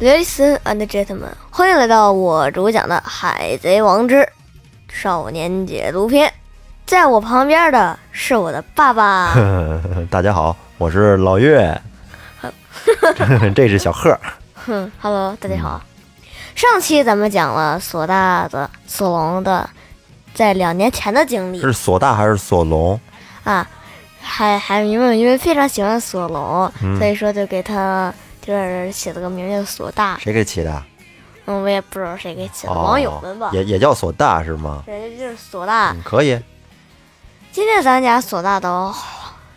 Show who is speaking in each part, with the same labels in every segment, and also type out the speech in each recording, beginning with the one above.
Speaker 1: Ladies and gentlemen，欢迎来到我主讲的《海贼王之少年解读篇》。在我旁边的是我的爸爸，
Speaker 2: 大家好，我是 老岳， 这是小贺。
Speaker 1: 哼，Hello，大家好。上期咱们讲了索大的、索隆的在两年前的经历
Speaker 2: 是索大还是索隆？
Speaker 1: 啊，还还因为因为非常喜欢索隆，
Speaker 2: 嗯
Speaker 1: 所以说就给他就是起了个名叫索大。
Speaker 2: 谁给起的？
Speaker 1: 嗯，我也不知道谁给起的，
Speaker 2: 哦
Speaker 1: 啊网友们吧。啊
Speaker 2: 也也叫索大是吗？
Speaker 1: 人家就是索大。
Speaker 2: 嗯，可以。
Speaker 1: 今天咱讲索大的哦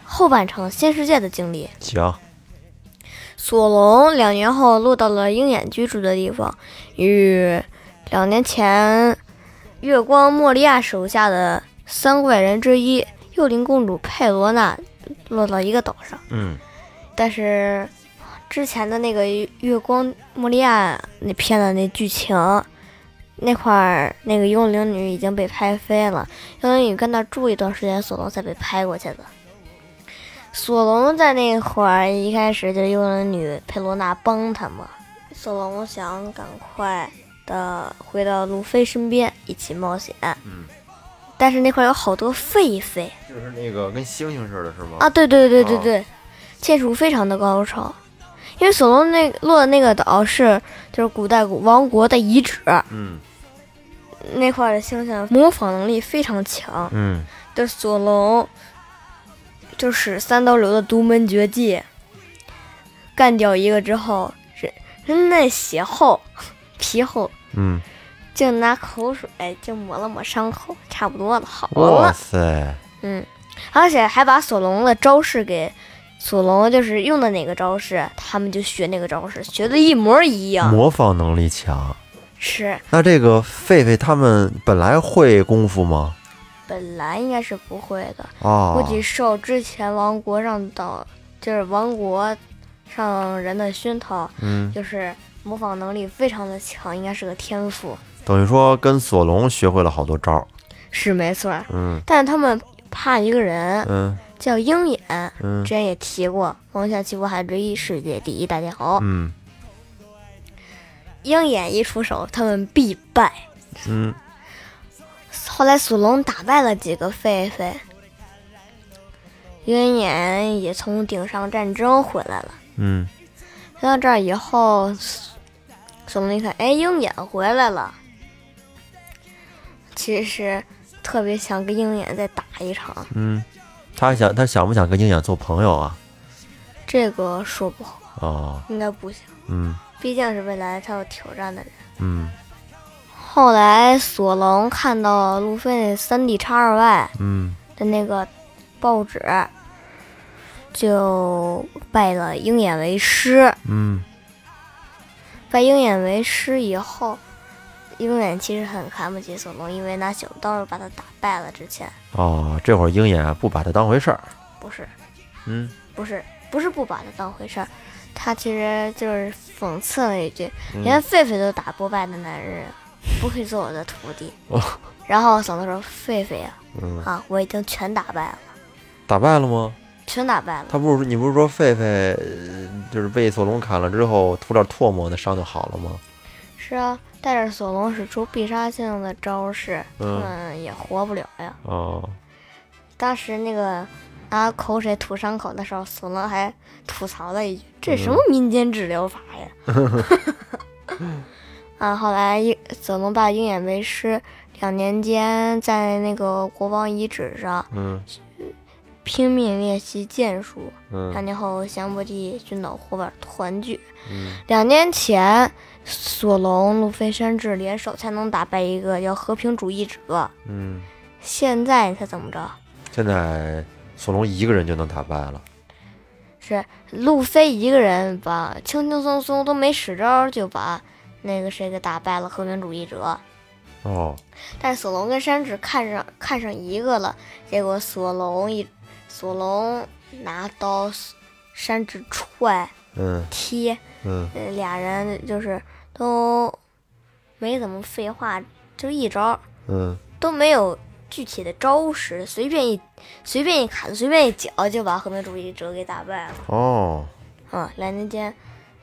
Speaker 1: 后半程新世界的经历。
Speaker 2: 行，
Speaker 1: 索隆两年后落到了鹰眼居住的地方，与两年前月光莫利亚手下的三怪人之一幽灵公主佩罗娜落到一个岛上。
Speaker 2: 嗯，
Speaker 1: 但是之前的那个月光莫利亚那片的那剧情，那块儿那个幽灵女已经被拍飞了，幽灵女跟那儿住一段时间，索隆才被拍过去的。索隆在那会儿一开始就是幽灵女佩罗娜帮他嘛，索隆想赶快的回到路飞身边一起冒险，
Speaker 2: 嗯
Speaker 1: 但是那块儿有好多狒狒，
Speaker 2: 就是那个跟星星似的，是吗
Speaker 1: 啊，对对对对
Speaker 2: 哦
Speaker 1: 对，剑术非常的高超，因为索隆那落的那个岛是就是古代古王国的遗址，
Speaker 2: 嗯
Speaker 1: 那块儿的猩猩模仿能力非常强，
Speaker 2: 嗯，
Speaker 1: 就是索隆就使三刀流的独门绝技，干掉一个之后，人人那血厚皮厚，
Speaker 2: 嗯，
Speaker 1: 竟拿口水哎就抹了抹伤口，差不多了，好了
Speaker 2: 哇。塞，
Speaker 1: 嗯，而且还把索隆的招式给索隆，就是用的哪个招式，他们就学那个招式，学的一模一样。
Speaker 2: 模仿能力强。
Speaker 1: 是，
Speaker 2: 那这个狒狒他们本来会功夫吗？
Speaker 1: 本来应该是不会的，
Speaker 2: 啊，
Speaker 1: 估计受之前王国上岛，就是王国上人的熏陶，
Speaker 2: 嗯，
Speaker 1: 就是模仿能力非常的强，应该是个天赋，
Speaker 2: 等于说跟索隆学会了好多招儿。
Speaker 1: 是没错儿。
Speaker 2: 嗯
Speaker 1: 但是他们怕一个人
Speaker 2: 嗯
Speaker 1: 叫鹰眼，
Speaker 2: 嗯
Speaker 1: 之前也提过，王下奇波海之一，世界第一。大家好，
Speaker 2: 嗯
Speaker 1: 鹰眼一出手，他们必败。
Speaker 2: 嗯，
Speaker 1: 后来索隆打败了几个狒狒，鹰眼也从顶上战争回来了。
Speaker 2: 嗯
Speaker 1: 来到这儿以后，索隆一看，哎，鹰眼回来了，其实特别想跟鹰眼再打一场，
Speaker 2: 嗯，他想他想不想跟鹰眼做朋友啊？
Speaker 1: 这个说不好，
Speaker 2: 哦，
Speaker 1: 应该不行，
Speaker 2: 嗯
Speaker 1: 毕竟是未来他要挑战的人。
Speaker 2: 嗯
Speaker 1: 后来索隆看到路飞那三 D 叉二 Y，
Speaker 2: 嗯
Speaker 1: 的那个报纸，就拜了鹰眼为师。
Speaker 2: 嗯
Speaker 1: 拜鹰眼为师以后，鹰眼其实很看不起索隆，因为拿小刀把他打败了。之前
Speaker 2: 哦，这会儿鹰眼不把他当回事儿。
Speaker 1: 不是
Speaker 2: 嗯
Speaker 1: 不是不是不把他当回事儿，他其实就是讽刺了一句：“
Speaker 2: 嗯
Speaker 1: 连狒狒都打不败的男人，不会做我的徒弟。
Speaker 2: 哦
Speaker 1: 然后索隆说：“狒狒啊，
Speaker 2: 嗯，
Speaker 1: 啊，我已经全打败了，
Speaker 2: 打败了吗？
Speaker 1: 全打败了。
Speaker 2: 他不是你不是说狒狒呃就是被索隆砍了之后涂点唾沫那伤就好了吗？”
Speaker 1: 是啊，但是索隆使出必杀性的招式，他们嗯也活不了呀。
Speaker 2: 嗯哦，
Speaker 1: 当时那个拿口水吐伤口的时候，索隆还吐槽了一句：“这什么民间治疗法呀！” 啊，后来鹰索隆拜鹰眼为师，两年间在那个国王遗址上
Speaker 2: 嗯
Speaker 1: 拼命练习剑术。两
Speaker 2: 嗯
Speaker 1: 年后，香波地寻岛伙伴团聚。
Speaker 2: 嗯
Speaker 1: 两年前，索隆、路飞、山治联手才能打败一个叫和平主义者。
Speaker 2: 嗯，
Speaker 1: 现在他怎么着？
Speaker 2: 现在索隆一个人就能打败了。
Speaker 1: 是路飞一个人把轻轻松松都没使招就把那个谁给打败了和平主义者，
Speaker 2: 哦，
Speaker 1: 但是索隆跟山治看上看上一个了，结果索隆一索隆拿刀，山治踹
Speaker 2: 嗯
Speaker 1: 踢，
Speaker 2: 嗯
Speaker 1: 呃俩人就是都没怎么废话，就一招
Speaker 2: 嗯，
Speaker 1: 都没有具体的招式，随便一随便一砍，随便一脚就把和平主义者给打败了。
Speaker 2: 哦，
Speaker 1: 嗯，两年间，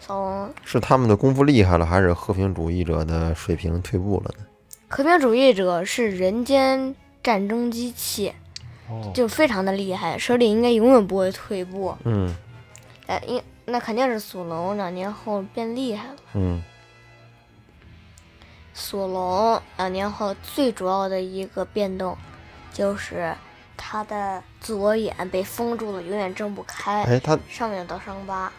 Speaker 1: 小龙
Speaker 2: 是他们的功夫厉害了，还是和平主义者的水平退步了呢？
Speaker 1: 和平主义者是人间战争机器，
Speaker 2: 哦，
Speaker 1: 就非常的厉害，实力应该永远不会退步。
Speaker 2: 嗯
Speaker 1: 呃，应那肯定是索隆两年后变厉害了。
Speaker 2: 嗯
Speaker 1: 索隆两年后最主要的一个变动，就是他的左眼被封住了，永远睁不开，
Speaker 2: 哎，他
Speaker 1: 上面有道伤疤，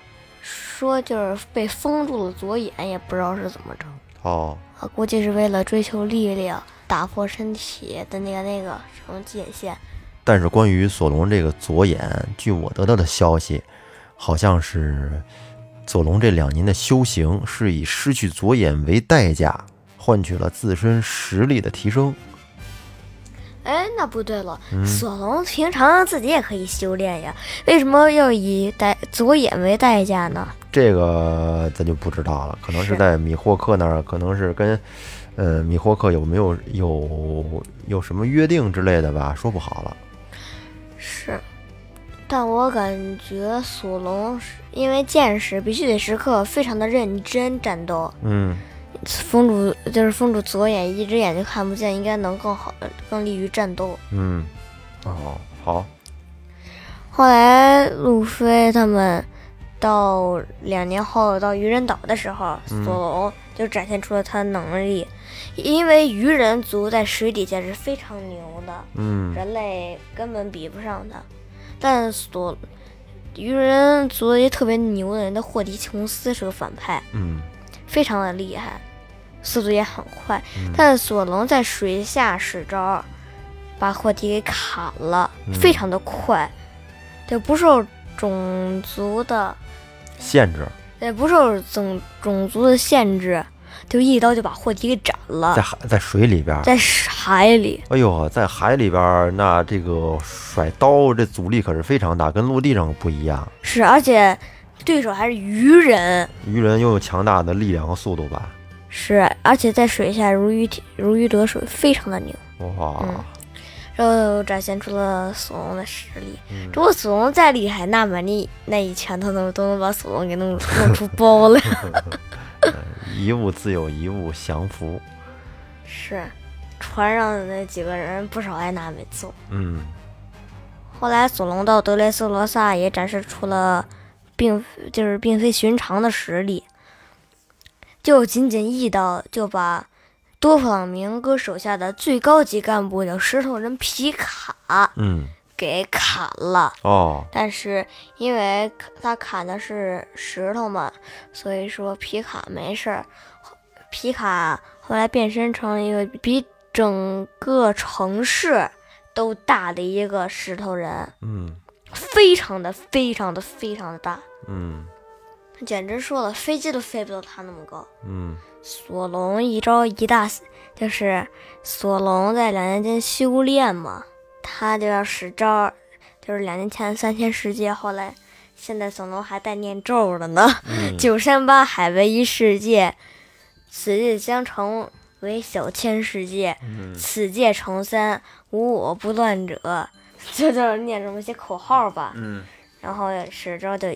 Speaker 1: 说就是被封住了左眼，也不知道是怎么着
Speaker 2: 哦，
Speaker 1: 啊，估计是为了追求力量，打破身体的那个那个什么界限。
Speaker 2: 但是关于索隆这个左眼，据我得到的消息，好像是索隆这两年的修行是以失去左眼为代价，换取了自身实力的提升。
Speaker 1: 哎，那不对了，索隆平常自己也可以修炼呀，为什么要以代左眼为代价呢？
Speaker 2: 这个咱就不知道了，可能是
Speaker 1: 是
Speaker 2: 在米霍克那儿，可能是跟，呃，米霍克有没有有有什么约定之类的吧，说不好了。
Speaker 1: 是，但我感觉索隆是因为剑士必须得时刻非常的认真战斗，
Speaker 2: 嗯，
Speaker 1: 封住就是封住左眼，一只眼就看不见，应该能更好的更利于战斗。
Speaker 2: 嗯，哦，好，
Speaker 1: 后来路飞他们到两年后到愚人岛的时候，索隆就展现出了他的能力，因为愚人族在水底下是非常牛的，
Speaker 2: 嗯
Speaker 1: 人类根本比不上他。但索愚人族一特别牛的人的霍迪琼斯是个反派，
Speaker 2: 嗯
Speaker 1: 非常的厉害，速度也很快。但索隆在水下使招，把霍迪给砍了，非常的快，就不受种族的
Speaker 2: 限制，
Speaker 1: 也不受种种族的限制，就一刀就把霍迪给斩
Speaker 2: 在
Speaker 1: 了，
Speaker 2: 海在水里边儿，
Speaker 1: 在海里。
Speaker 2: 哎呦，在海里边儿，那这个甩刀这阻力可是非常大，跟陆地上不一样。
Speaker 1: 是，而且对手还是鱼人。
Speaker 2: 鱼人拥有强大的力量和速度吧？
Speaker 1: 是，而且在水下如鱼如鱼得水，非常的牛，
Speaker 2: 哇，
Speaker 1: 然后展现出了索隆的实力。
Speaker 2: 嗯
Speaker 1: 如果索隆再厉害，那么那那一拳头能都能把索隆给弄弄出包来。
Speaker 2: 一物自有一物降服。
Speaker 1: 是，船上的那几个人不少挨打没揍。
Speaker 2: 嗯
Speaker 1: 后来索隆到德雷斯罗萨也展示出了并就是并非寻常的实力，就仅仅一刀就把多弗朗明哥手下的最高级干部叫石头人皮卡
Speaker 2: 嗯，
Speaker 1: 给砍了。
Speaker 2: 哦，
Speaker 1: 但是因为他砍的是石头嘛，所以说皮卡没事儿。皮卡后来变身成一个比整个城市都大的一个石头人，
Speaker 2: 嗯
Speaker 1: 非常的非常的非常的大，
Speaker 2: 嗯
Speaker 1: 简直说了飞机都飞不到他那么高。
Speaker 2: 嗯
Speaker 1: 索隆一招一大，就是索隆在两年间修炼嘛，他就要使招儿，就是两年前三千世界，后来现在索隆还带念咒了呢。
Speaker 2: 嗯
Speaker 1: 九山八海为一世界，此界将成为小千世界，
Speaker 2: 嗯
Speaker 1: 此界成三，无我不乱者。 这就是念这么些口号吧。
Speaker 2: 嗯
Speaker 1: 然后使招就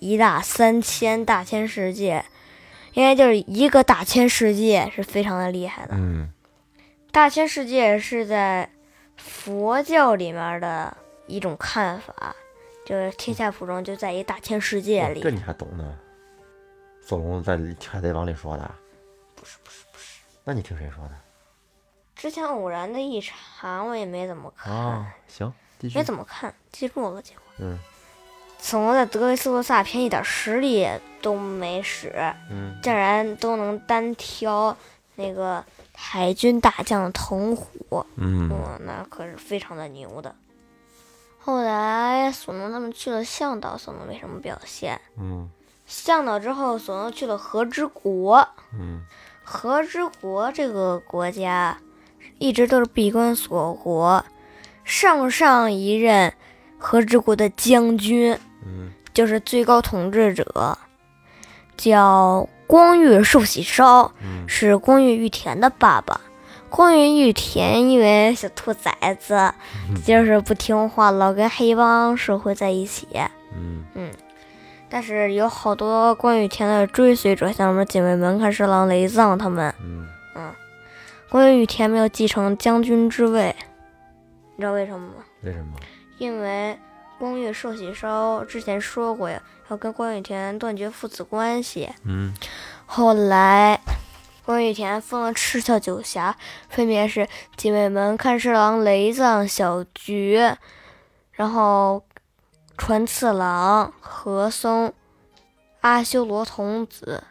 Speaker 1: 一大三千大千世界，因为就是一个大千世界是非常的厉害的。
Speaker 2: 嗯
Speaker 1: 大千世界是在佛教里面的一种看法，就是天下普众就在一大千世界里
Speaker 2: 这。哦你还懂呢？索隆在《海贼王》里说的？不是不是不是，那你听谁说的？
Speaker 1: 之前偶然的一场我也没怎么看，
Speaker 2: 啊，行，继续
Speaker 1: 没。怎么看，记住了结果。
Speaker 2: 嗯
Speaker 1: 索隆在德雷斯罗萨篇一点实力都没使，
Speaker 2: 嗯
Speaker 1: 竟然都能单挑那个海军大将藤虎，
Speaker 2: 嗯
Speaker 1: 嗯，那可是非常的牛的。后来索隆他们去了向导，索隆没什么表现。
Speaker 2: 嗯
Speaker 1: 向导之后，索隆去了和之国。
Speaker 2: 嗯
Speaker 1: 和之国这个国家一直都是闭关锁国，上上一任和之国的将军
Speaker 2: 嗯
Speaker 1: 就是最高统治者，叫光裕寿喜烧，
Speaker 2: 嗯
Speaker 1: 是光裕玉田的爸爸。光裕玉田因为小兔崽子， 就是不听话，老跟黑帮社会在一起。
Speaker 2: 嗯
Speaker 1: 但是有好多关羽田的追随者，像什么锦卫门、开侍郎、雷藏他们，
Speaker 2: 嗯，
Speaker 1: 关羽田没有继承将军之位，你知道为什么吗？
Speaker 2: 为什么？
Speaker 1: 因为光月寿喜烧之前说过呀，要跟关羽田断绝父子关系。
Speaker 2: 嗯，
Speaker 1: 后来，关羽田封了赤鞘九侠，分别是锦卫门、看侍郎、雷藏、小菊，然后传次郎、何松、阿修罗童子、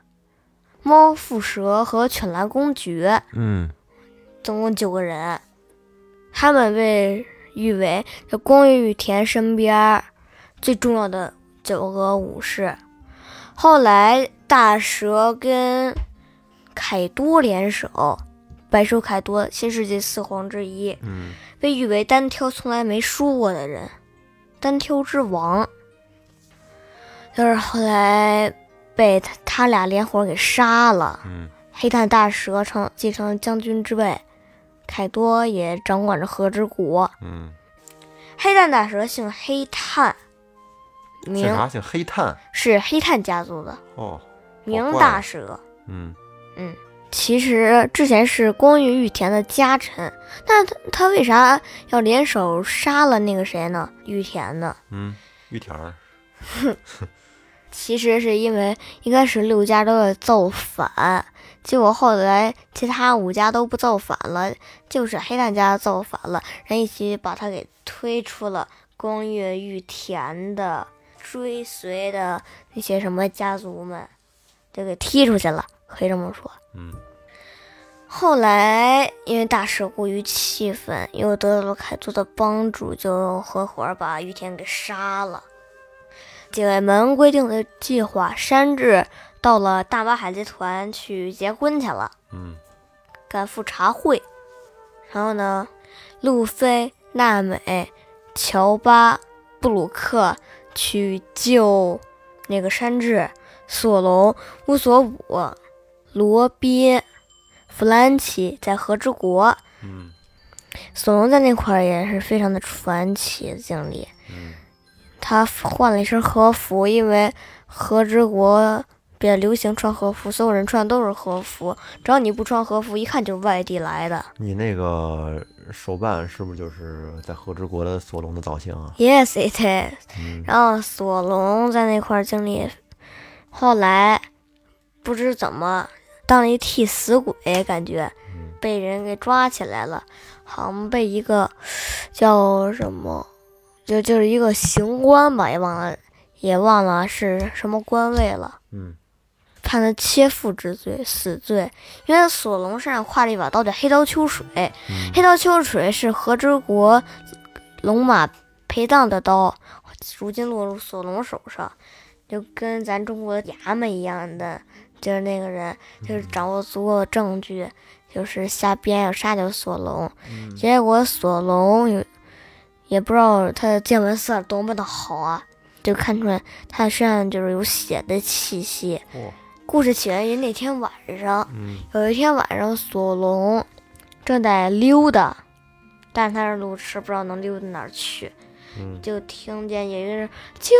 Speaker 1: 猫腹蛇和犬蓝公爵。
Speaker 2: 嗯，
Speaker 1: 总共九个人，他们被誉为这光裕田身边儿最重要的九个武士。后来大蛇跟凯多联手，白手凯多，新世纪四皇之一，
Speaker 2: 嗯，
Speaker 1: 被誉为单挑从来没输过的人，单挑之王。就是后来被他他俩联伙给杀了。
Speaker 2: 嗯，
Speaker 1: 黑炭大蛇承继承了将军之位，凯多也掌管着和之国。
Speaker 2: 嗯，
Speaker 1: 黑炭大蛇姓黑炭，
Speaker 2: 姓
Speaker 1: 名
Speaker 2: 啥？姓黑炭。
Speaker 1: 是黑炭家族的，
Speaker 2: 哦，
Speaker 1: 名
Speaker 2: 怪
Speaker 1: 大蛇。
Speaker 2: 嗯，
Speaker 1: 其实之前是光裕玉田的家臣，但他他为啥要联手杀了那个谁呢？玉田呢？
Speaker 2: 嗯，玉田儿。
Speaker 1: 其实是因为一开始六家都要造反，结果后来其他五家都不造反了，就是黑炭家造反了，人一起把他给推出了光月玉田的追随的那些什么家族们，就给踢出去了，可以这么说。
Speaker 2: 嗯
Speaker 1: 后来因为大蛇过于气愤，又得到了凯多的帮助，就合伙把玉田给杀了。警卫门规定的计划，山治到了大巴海贼团去结婚去了，
Speaker 2: 嗯
Speaker 1: 赶赴茶会。然后呢，路飞、娜美、乔巴、布鲁克去救那个山治、索隆、乌索武、罗宾、弗兰奇在和之国。
Speaker 2: 嗯
Speaker 1: 索隆在那块儿也是非常的传奇的经历。
Speaker 2: 嗯
Speaker 1: 他换了一身和服，因为和之国比较流行穿和服，所有人穿的都是和服，只要你不穿和服，一看就是外地来的。
Speaker 2: 你那个手办是不是就是在和之国的索隆的造型啊？
Speaker 1: Yes, it is。
Speaker 2: 嗯
Speaker 1: 然后索隆在那块儿经历，后来不知怎么当了一替死鬼，感觉
Speaker 2: 嗯
Speaker 1: 被人给抓起来了，好像被一个叫什么，就就是一个刑官吧，也忘了，也忘了是什么官位了。
Speaker 2: 嗯
Speaker 1: 判了切腹之罪，死罪。因为索隆身上挎着一把刀，叫黑刀秋水。
Speaker 2: 嗯
Speaker 1: 黑刀秋水是和之国龙马陪葬的刀，如今落入索隆手上，就跟咱中国的衙门一样的，就是那个人，就是
Speaker 2: 嗯
Speaker 1: 掌握足够的证据，就是瞎编要杀掉索隆。
Speaker 2: 嗯
Speaker 1: 结果索隆有，也不知道他的见闻色多么的好啊，就看出来他身上就是有血的气息。
Speaker 2: 哦
Speaker 1: 故事起源于那天晚上，
Speaker 2: 嗯
Speaker 1: 有一天晚上，索隆正在溜达，但是他是路痴，不知道能溜到哪儿去，
Speaker 2: 嗯
Speaker 1: 就听见有一个人救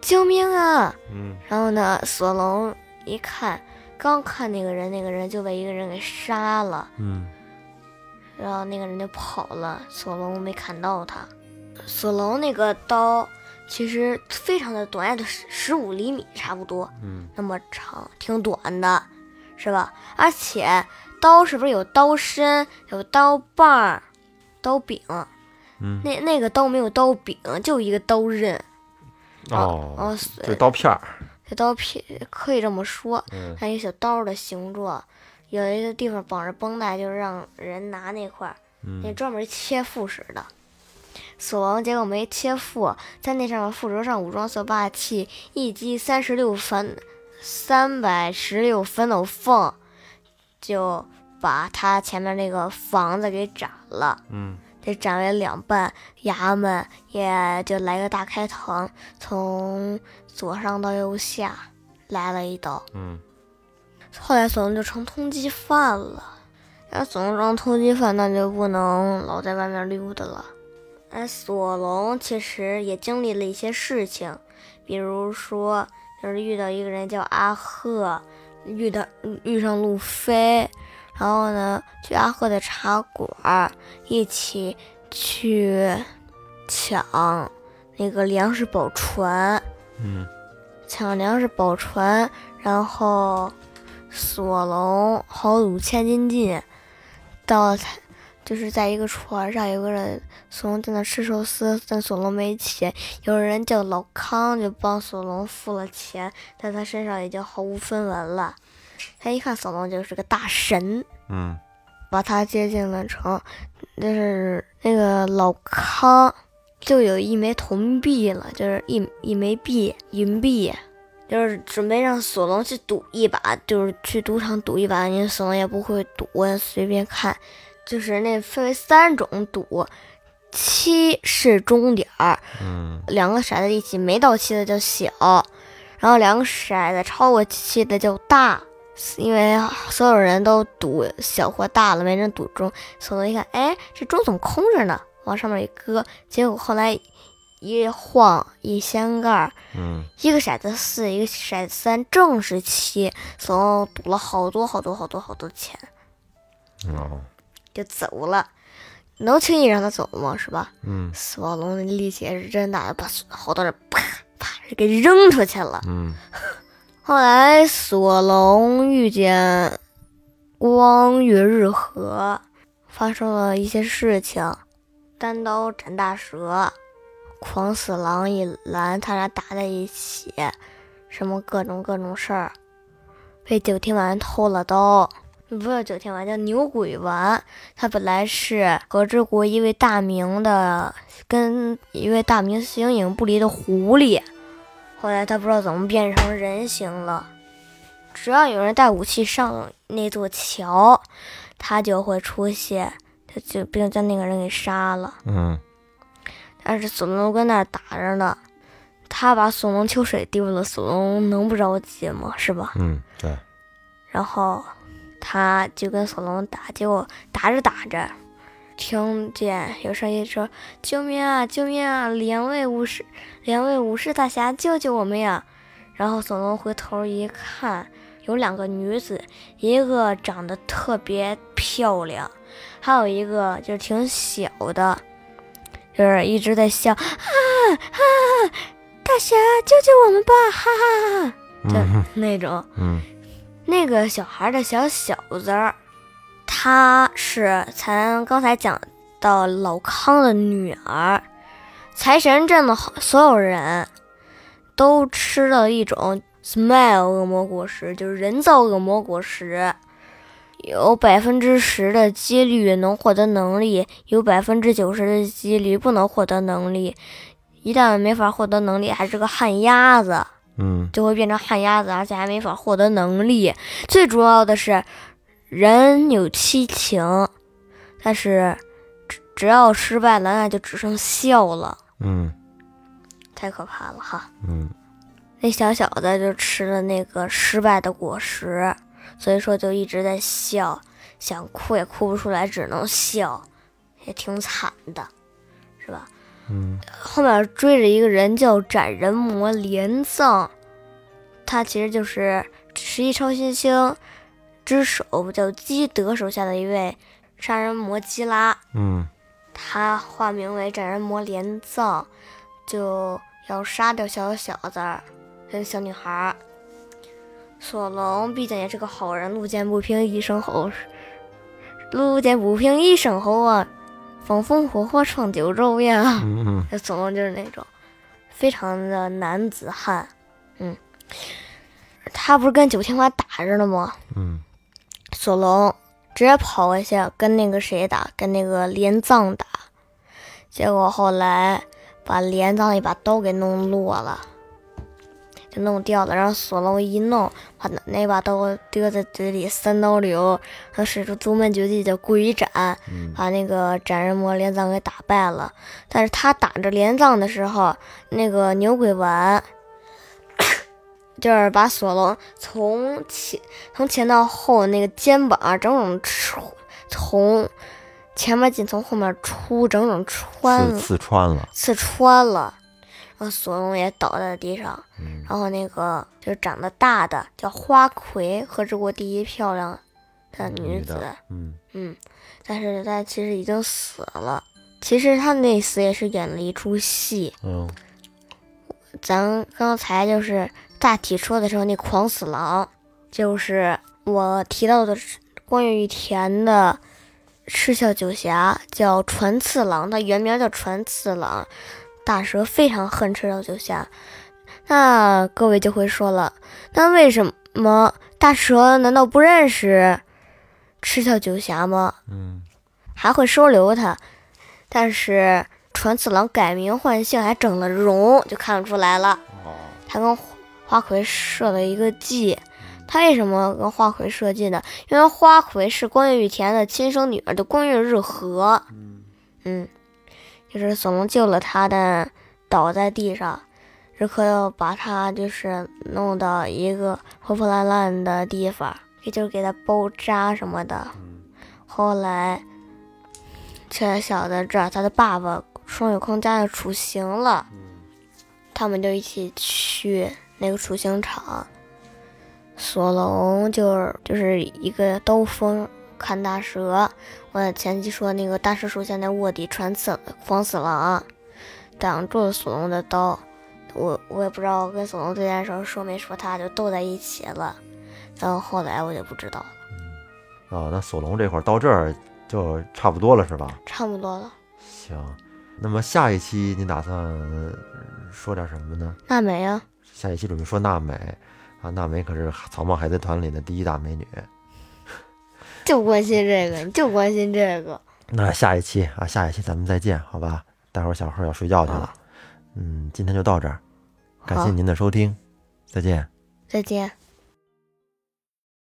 Speaker 1: 救命啊！
Speaker 2: 嗯
Speaker 1: 然后呢，索隆一看，刚看那个人，那个人就被一个人给杀了，
Speaker 2: 嗯
Speaker 1: 然后那个人就跑了，索隆没砍到他。索隆那个刀其实非常的短，也就十十五厘米差不多，
Speaker 2: 嗯
Speaker 1: 那么长，挺短的，是吧？而且刀是不是有刀身、有刀把儿、刀柄？
Speaker 2: 嗯
Speaker 1: 那那个刀没有刀柄，就一个刀刃。
Speaker 2: 哦，
Speaker 1: 哦，
Speaker 2: 就刀片儿。
Speaker 1: 这刀片可以这么说，
Speaker 2: 嗯
Speaker 1: 还有小刀的形状。有一个地方绑着绷带，就是让人拿那块儿，那
Speaker 2: 嗯
Speaker 1: 专门切腹使的。索王结果没切腹，在那上面附着上武装色霸气，一击三十六反三百十六反斗缝，就把他前面那个房子给斩了，
Speaker 2: 嗯
Speaker 1: 这斩为两半，衙门也就来个大开膛，从左上到右下来了一刀。
Speaker 2: 嗯
Speaker 1: 后来索隆就成通缉犯了。那索隆成通缉犯，那就不能老在外面溜达了。哎，索隆其实也经历了一些事情，比如说就是遇到一个人叫阿赫，遇到遇上路飞，然后呢去阿赫的茶馆儿一起去抢那个粮食宝船，
Speaker 2: 嗯，
Speaker 1: 抢粮食宝船，然后索隆豪赌千金进，到了他就是在一个船上，有个人索隆在那吃寿司，但索隆没钱，有人叫老康就帮索隆付了钱，但他身上已经毫无分文了。他一看索隆就是个大神，
Speaker 2: 嗯，
Speaker 1: 把他接进了城，就是那个老康就有一枚铜币了，就是一一枚币银币，就是准备让索隆去赌一把，就是去赌场赌一把，因为索隆也不会赌，随便看，就是那分为三种赌。七是终点儿，
Speaker 2: 嗯，
Speaker 1: 两个骰子一起没到七的叫小，然后两个骰子超过七的叫大，因为所有人都赌小或大了，没人赌中。索隆一看，哎，这钟怎么空着呢？往上面一搁，结果后来一晃一掀盖儿，
Speaker 2: 嗯，
Speaker 1: 一个骰子四，一个骰子三，正是七。索隆赌了好多好多好多好多钱，
Speaker 2: 哦，
Speaker 1: 就走了。能轻易让他走吗？是吧？
Speaker 2: 嗯
Speaker 1: 索隆的力气也是真大，把好多人啪啪给扔出去了。
Speaker 2: 嗯
Speaker 1: 后来索隆遇见光月日和，发生了一些事情，单刀斩大蛇，狂死狼一蓝，他俩打在一起，什么各种各种事儿，被九天丸偷了刀。不是九天丸，叫牛鬼丸。他本来是和之国一位大明的，跟一位大明形影不离的狐狸。后来他不知道怎么变成人形了。只要有人带武器上那座桥，他就会出现，他就并将那个人给杀了。
Speaker 2: 嗯
Speaker 1: 但是索隆跟那儿打着呢，他把索隆秋水丢了，索隆能不着急吗？是吧？
Speaker 2: 嗯，对，
Speaker 1: 然后他就跟索隆打，结果打着打着，听见有声音说：“救命啊！救命啊！两位武士，两位武士大侠，救救我们呀！”然后索隆回头一看，有两个女子，一个长得特别漂亮，还有一个就是挺小的，就是一直在笑啊啊！大侠，救救我们吧！哈哈哈哈，
Speaker 2: 嗯
Speaker 1: 那种。
Speaker 2: 嗯
Speaker 1: 那个小孩的小小子儿，她是咱刚才讲到老康的女儿，财神镇的好所有人都吃了一种 smile 恶魔果实，就是人造恶魔果实，有百分之十的几率能获得能力，有百分之九十的几率不能获得能力。一旦没法获得能力，还是个旱鸭子。
Speaker 2: 嗯
Speaker 1: 就会变成旱鸭子，而且还没法获得能力。最主要的是，人有七情，但是只只要失败了，那就只剩笑了，
Speaker 2: 嗯
Speaker 1: 太可怕了哈！
Speaker 2: 嗯
Speaker 1: 那小小子就吃了那个失败的果实，所以说就一直在笑，想哭也哭不出来，只能笑，也挺惨的，是吧？
Speaker 2: 嗯
Speaker 1: 后面追着一个人叫斩人魔连藏，他其实就是十一超新星之首叫基德手下的一位杀人魔基拉，
Speaker 2: 嗯
Speaker 1: 他化名为斩人魔连藏，就要杀掉小小子儿，那个小女孩儿。索隆毕竟也是个好人，路见不平一声吼，路见不平一声吼啊，风风火火闯九州呀。
Speaker 2: 嗯
Speaker 1: 那总共就是那种非常的男子汉，嗯，他不是跟九天丸打着呢吗？
Speaker 2: 嗯
Speaker 1: 索隆直接跑过去跟那个谁打，跟那个连藏打，结果后来把连藏一把刀给弄落了，就弄掉了。然后索隆一弄，把那那把刀丢在嘴里，三刀流，他使出独门绝技叫鬼斩，把那个斩人魔连藏给打败了。但是他打着连藏的时候，那个牛鬼丸。 就是把索隆从前从前到后那个肩膀啊整整出，从前面进，从后面出，整整穿
Speaker 2: 嗯，
Speaker 1: 了
Speaker 2: 刺刺穿了，
Speaker 1: 刺穿了。然后索隆也倒在了地上。
Speaker 2: 嗯
Speaker 1: 然后那个就是长得大的叫花魁，和之国第一漂亮的女
Speaker 2: 女
Speaker 1: 子，
Speaker 2: 的，嗯
Speaker 1: 嗯，但是她其实已经死了。其实她那死也是演了一出戏。
Speaker 2: 嗯
Speaker 1: 咱刚才就是大体说的时候，那狂死狼就是我提到的光月玉田的赤鞘九侠，叫船次郎，他原名叫船次郎。大蛇非常恨赤鞘九侠，那各位就会说了，那为什么大蛇难道不认识赤鞘九侠吗？
Speaker 2: 嗯
Speaker 1: 还会收留他，但是船次郎改名换姓，还整了容，就看不出来了。
Speaker 2: 哦，
Speaker 1: 他跟花魁设了一个计。他为什么跟花魁设计呢？因为花魁是光月玉田的亲生女儿，就光月日和。
Speaker 2: 嗯
Speaker 1: 嗯，就是索隆救了他，但倒在地上，日和又把他就是弄到一个破破烂烂的地方，也就是给他包扎什么的。
Speaker 2: 嗯
Speaker 1: 后来，这小子这儿他的爸爸双月空家就处刑了，
Speaker 2: 嗯
Speaker 1: 他们就一起去那个处刑场。索隆就是就是一个兜风看大蛇，我前期说那个大蛇手下那卧底传死黄死狼，挡住了索隆的刀。我我也不知道我跟索隆对战的时候说没说他，就斗在一起了。然后后来我就不知道了，
Speaker 2: 啊，那索隆这会儿到这儿就差不多了，是吧？
Speaker 1: 差不多了。
Speaker 2: 行，那么下一期你打算呃说点什么呢？
Speaker 1: 娜美啊，
Speaker 2: 下一期准备说娜美啊，娜美可是草帽海贼团里的第一大美女。
Speaker 1: 就关心这个，你就关心这个。
Speaker 2: 那下一期啊，下一期咱们再见，好吧？待会儿小贺要睡觉去了
Speaker 1: 啊。
Speaker 2: 嗯，今天就到这儿，感
Speaker 1: 好
Speaker 2: 谢您的收听，再见。
Speaker 1: 再见。